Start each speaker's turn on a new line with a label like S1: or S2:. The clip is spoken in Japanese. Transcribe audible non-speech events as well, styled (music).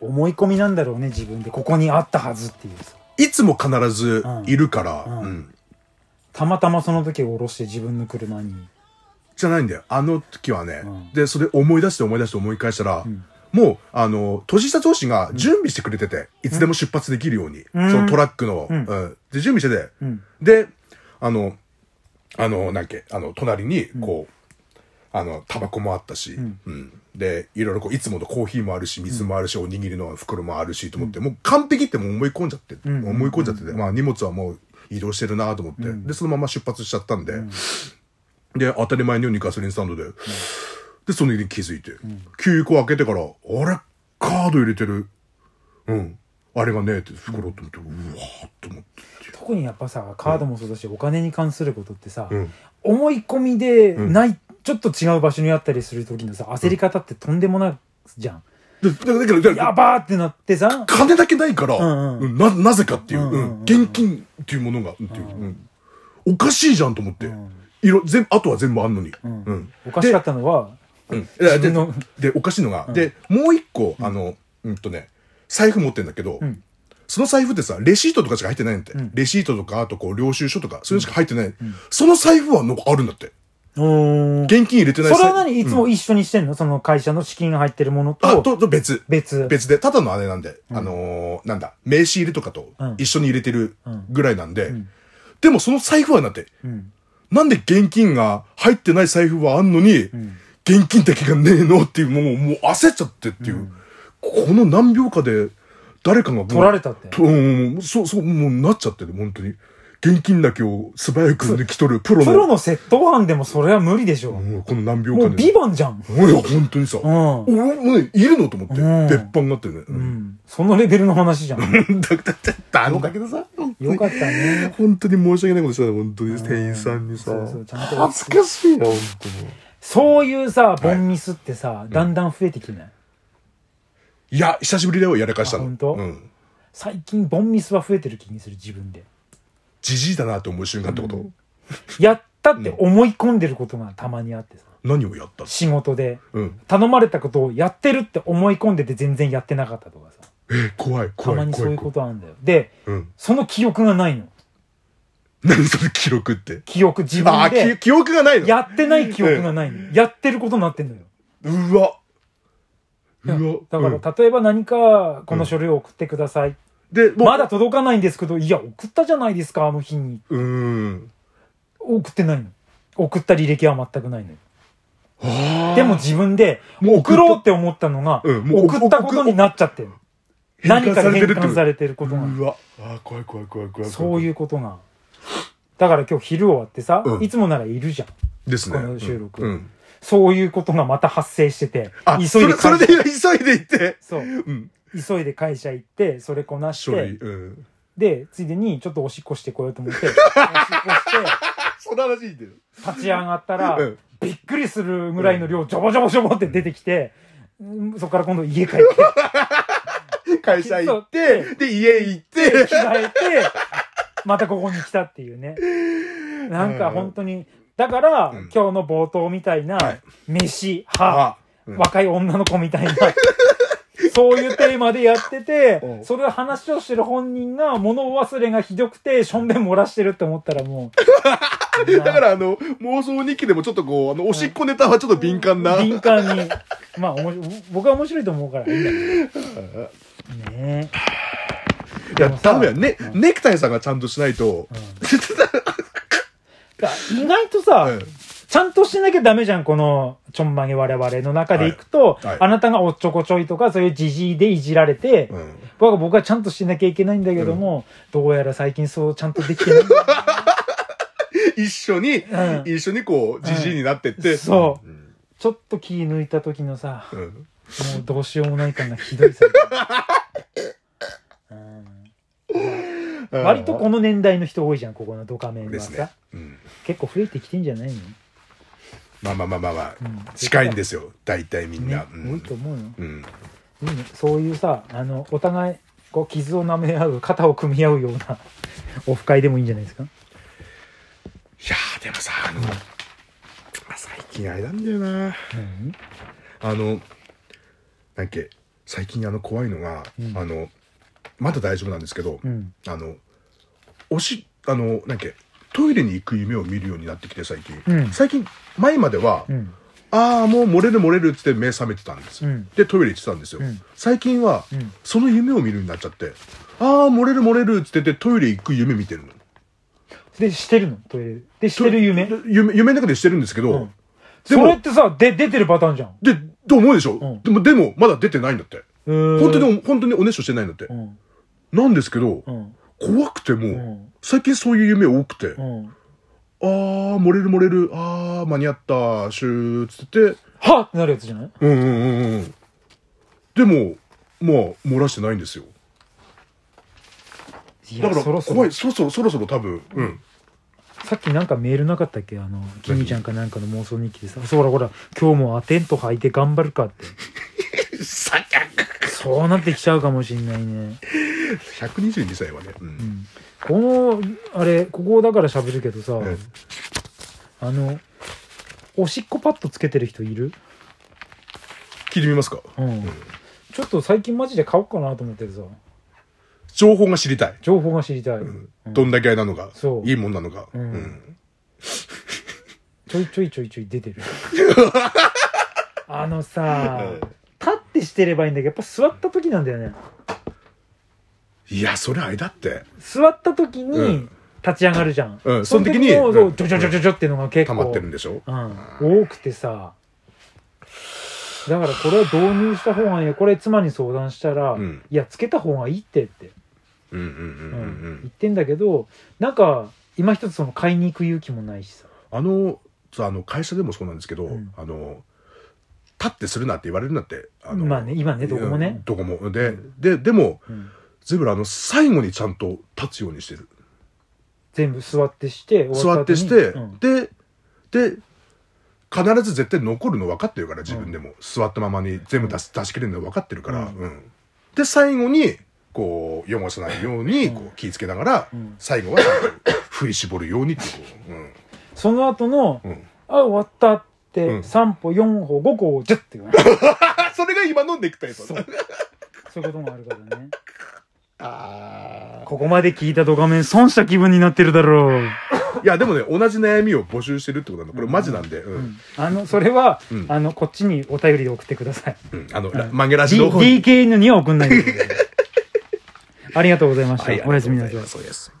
S1: 思い込みなんだろうね、自分で。ここにあったはずっていうさ。
S2: いつも必ずいるから、
S1: うん
S2: うん
S1: たまたまその時を下ろして自分の車に。
S2: じゃないんだよ。あの時はね、
S1: ん
S2: で、それ思い出して思い出して思い返したら、
S1: ん
S2: もう、あの、年下上司が準備してくれてて、いつでも出発できるように、
S1: うん
S2: そのトラックの、
S1: うん
S2: うんで、準備してて、
S1: うん。
S2: で、あの、あの、なんだっけ、あの、隣に、こう、あの、タバコもあったし、うん
S1: ん
S2: で、いろいろこう、いつものコーヒーもあるし、水もあるし、おにぎりの袋もあるし、と思って、もう完璧ってもう思い込んじゃって、
S1: ん
S2: 思い込んじゃってて、まあ荷物はもう移動してるなと思って、で、そのまま出発しちゃったんで、で、当たり前のようにガソリンスタンドで、で、その時に気づいて、給油口開けてから、あれカード入れてる。うん。あれがねえって袋って思って、うわーっと思って。
S1: 特にやっぱさ、カードもそうだし、お金に関することってさ、
S2: うん
S1: 思い込みでない、ちょっと違う場所にあったりする時のさ、焦り方ってとんでもないじゃん。
S2: でだだけど、だけど
S1: やばーってなってさ、
S2: 金だけないから、
S1: んう
S2: うんな、なぜかってい
S1: う
S2: う、
S1: ん
S2: う
S1: うんんうん
S2: 現金っていうものが、うんっていう、うんおかしいじゃんと思って。
S1: ん
S2: いろ、全部、あとは全部あんのに。
S1: ん
S2: うん
S1: おかしかったのは、
S2: うん
S1: 自
S2: で
S1: 分の
S2: でおかしいのが、で、もう一個、あの、うんとね、財布持ってんだけど、
S1: ん
S2: その財布ってさ、レシートとかしか入ってないんだって。
S1: ん
S2: レシートとか、あとこう、領収書とか、そういうのしか入ってない。その財布はなんかあるんだって。
S1: おー
S2: 現金入れ
S1: そ
S2: てな
S1: れ
S2: い財
S1: は何いつも一緒にしてんの、その会社の資金が入ってるもの
S2: あ、
S1: と、
S2: と、と別。
S1: 別。
S2: 別で、ただのあれなんで、あのーなんだ、名刺入れとかと
S1: うん
S2: 一緒に入れてる
S1: ん
S2: ぐらいなんで、でもその財布はなって、
S1: うん。
S2: なんで現金が入ってない財布はあんのに、現金だけがねえのっていう、もう、もう焦っちゃってっていう、この何秒かで誰かがもう
S1: 取られたって
S2: とうん、そう、そう、もうなっちゃってる、本当に。現金だけを素早く抜き取るプロの、
S1: プロの窃盗犯でもそれは無理でしょ。
S2: うんこの何秒
S1: もう
S2: 間で。
S1: ビバンじゃん。
S2: いや、本当にさ、
S1: ん
S2: 俺もうね、いるのと思って、
S1: うん
S2: 別班になってね。う
S1: うんん。そのレベルの話じゃん。
S2: だだだだあのだけどさ、
S1: よかったね。
S2: 本当に申し訳ないことしたね、本当に店員さんにさ。
S1: そうそうちゃんと
S2: 恥ずかしいよ、本当に。
S1: そういうさ、ボンミスってさ、だんだん増えてきてない、
S2: いや、久しぶりだよ、やらかしたの。
S1: あ本当
S2: うん。
S1: 最近ボンミスは増えてる気にする自分で。
S2: じじいだなって思う瞬間ってこと、
S1: やったって思い込んでることがたまにあってさ、
S2: 何をやったの
S1: 仕事で。
S2: うん。
S1: 頼まれたことをやってるって思い込んでて全然やってなかったとかさ。
S2: え、怖い、
S1: た
S2: 怖い、怖い。。
S1: まにそういうこととあるんだよ。で、
S2: うん。
S1: その記憶がないの。
S2: 何それ、記録って。
S1: 記憶、自
S2: あ
S1: 分
S2: あ、記
S1: で。
S2: 記憶がないの
S1: やってない記憶がないの。やってることになってんのよ。
S2: うわ。う
S1: いや
S2: わ。
S1: だか
S2: うん
S1: ら、例えば何か、この書類を送ってください。
S2: で、僕
S1: まだ。届かないんですけど、いや、送ったじゃないですか、あの日に。
S2: うーん。
S1: 送ってないの。送った履歴は全くないのよ。
S2: ああ。
S1: でも、自分で、
S2: もう
S1: 送
S2: 送った
S1: ろうって思ったのが、
S2: うんもう
S1: 送ったことになっちゃってる。
S2: 変換
S1: 何か
S2: さ
S1: に
S2: れて
S1: 変
S2: るって
S1: 換されてることが。
S2: うわ。ああ、怖い、怖い、怖い、怖い。
S1: そう
S2: う。
S1: いうことが。だから今日昼終わってさ、
S2: うん
S1: いつもならいるじゃん。
S2: ですね。
S1: この収録
S2: うんうん。
S1: そういうことがまた発生してて、
S2: あ、
S1: 急
S2: そ
S1: いで
S2: れ、そ
S1: 会
S2: れ
S1: 社
S2: で急いで行って。
S1: そう
S2: うん。
S1: 急いで会社行って、それこなし
S2: 書類。
S1: て、
S2: うん。
S1: で、ついでにちょっとおしっこしてこようと思
S2: (laughs)
S1: って、おしっこし
S2: その話言ってる。
S1: て、立ち上がったら
S2: うん、
S1: びっくりするぐらいの量、ジョボジョボジョボって出てきて、うんそこから今度家帰って、
S2: (laughs) 会社行って、で、家行って。
S1: 着替えて、またここに来たっていうね。なんか本当に、だから、今日の冒頭みたいな、
S2: はい
S1: 飯、
S2: あ
S1: 歯、
S2: うん
S1: 若い女の子みたいな、 (laughs) そういうテーマでやって
S2: う
S1: て、
S2: ん
S1: それを話をしてる本人が物忘れがひどくて、しょんべん漏らしてるって思ったらも
S2: (laughs)
S1: う、
S2: だからあの、妄想日記でもちょっとこう、あの、おしっこネタはちょっと敏感な。
S1: 敏感に、まあおもし僕は面白いと思うからいいんだけど。ねえ。
S2: いや、ダメや。ね、ネクタイさんがちゃんとしないと。
S1: だから意外とさ、
S2: うん
S1: ちゃんとしなきゃダメじゃん、この、ちょんまげ我々の中でいくと、
S2: はいはい
S1: あなたがおっちょこちょいとか、そういうじじいでいじられて、
S2: うん
S1: 僕は僕はちゃんとしなきゃいけないんだけども、どうやら最近そうちゃんとできてないんだ。
S2: 一緒に
S1: う、ん
S2: 一緒にこう、じじいになってって。
S1: そう。ちょっと気抜いた時のさ、
S2: うん。うん
S1: もうどうしようもない感がひどいさ。うん割とこの年代の人多いじゃん、ここのドカメン
S2: で
S1: は
S2: す
S1: さ、
S2: ね。うん
S1: 結構増えてきてんじゃないの
S2: まあまあまあまあまあ、近いんですよ。大体みんな。
S1: ね
S2: う、
S1: 多い
S2: ん
S1: と思うよ。
S2: うん。
S1: いいね、そういうさあのお互いこう傷を舐め合う肩を組み合うような (laughs) オフ会でもいいんじゃないですか
S2: いやーでもさあの、最近あれなんだよなあのなんだっけ最近あの怖いのが、あのまだ大丈夫なんですけど、
S1: ん
S2: あのおしあのなんだっけトイレに行く夢を見るようになってきて最近、
S1: うん
S2: 最近前までは、
S1: うん
S2: ああもう漏れる漏れるっつって目覚めてたんですよ、
S1: うん
S2: でトイレ行ってたんですよ、
S1: うん
S2: 最近は、
S1: ん
S2: その夢を見るようになっちゃってああ漏れる漏れるっつっててトイレ行く夢見てるの
S1: でしてるのトイレでしてる夢
S2: で夢夢の中でしてるんですけど、
S1: ん
S2: で
S1: そ
S2: も
S1: れってさで出てるパターンじゃん
S2: でと思うでしょ、
S1: ん
S2: でもでもまだ出てないんだって
S1: 本
S2: 本当に本当におねしょしてないんだって、
S1: うん
S2: なんですけど、
S1: うん
S2: 怖くてもう、
S1: ん
S2: 最近そういう夢多くて、
S1: うん
S2: あー、漏れる漏れる、あー、間に合った、シューつってて、
S1: はっってなるやつじゃない
S2: うんうんうんうん。でも、まあ、漏らしてないんですよ。
S1: い
S2: だ
S1: や
S2: から、
S1: そろそ
S2: 怖
S1: ろ
S2: い、そろそろ、そろそろ多分、 (laughs) うん。
S1: さっきなんかメールなかったっけあのキミちゃんかなんかの妄想日記でさそうほらほら今日もアテント履いて頑張るか
S2: (laughs)
S1: って
S2: 最悪
S1: そうなってきちゃうかもしんないね
S2: !122 歳はね、うん。
S1: このあれここだから喋るけどさ、
S2: ん
S1: あのおしっこパッドつけてる人いる
S2: 聞いてみますか
S1: うんちょっと最近マジで買おうかなと思ってるさ
S2: 情報が知りたい。
S1: 情報が知りたい、
S2: どんだけあれなのか、
S1: そう
S2: いいもんなのか。うん
S1: ちょいちょいちょいちょい出て
S2: (laughs)
S1: るあのさ立ってしてればいいんだけどやっぱ座った時なんだよね
S2: いや、それあれだって。
S1: 座った時に
S2: うん
S1: 立ち上がるじゃん、
S2: うんその時に
S1: もう
S2: うん
S1: ジョジョジョジョジョっていうのが結
S2: 溜
S1: 構
S2: まってるんでしょ
S1: うん、多くてさだからこれは導入した方がいいよこれ妻に相談したら、
S2: うん
S1: いやつけた方がいいってって、
S2: うんうん
S1: う
S2: うんうんう
S1: ん言
S2: ん。
S1: ってんだけどなんか今一つその買いに行く勇気もないしさ
S2: あの、そうあの、会社でもそうなんですけど、
S1: ん
S2: あの、立ってするなって言われるんだって。あの
S1: まあね今ねどこも
S2: う
S1: ね
S2: ん、どこも。で、で、でも、
S1: ん
S2: ゼブラ、あの、最後にちゃんと立つようにしてる。
S1: 全部座ってして終
S2: 座
S1: わ
S2: っ
S1: 後
S2: て
S1: に
S2: して、
S1: うん
S2: で、で、必ず絶対残るの分かってるから、自分でも。座ったままに全部出し,、出し切れるの分かってるから。
S1: うん
S2: うんで、最後に、こう、汚さないように、こう、気ぃつけながら、
S1: ん
S2: 最後は、振り絞るようにって、こう、うん。
S1: その後の、
S2: うん
S1: あ終わったっ
S2: う
S1: て
S2: ん
S1: 3歩4歩5歩をジュッて言わない
S2: あ、それが今のネクタイ
S1: そうそういうこともあるからね
S2: あ
S1: ここまで聞いたドカメン損した気分になってるだろう
S2: いやでもね同じ悩みを募集してるってことなんだこれマジなんで、うん
S1: あのそれは、
S2: うん
S1: あのこっちにお便りで送ってください
S2: うんあの、ら曲げラジ
S1: D-
S2: の方に、 (laughs)
S1: DKN には送んないでくださいありがとうございました、
S2: はい
S1: おやすみなさい
S2: そうです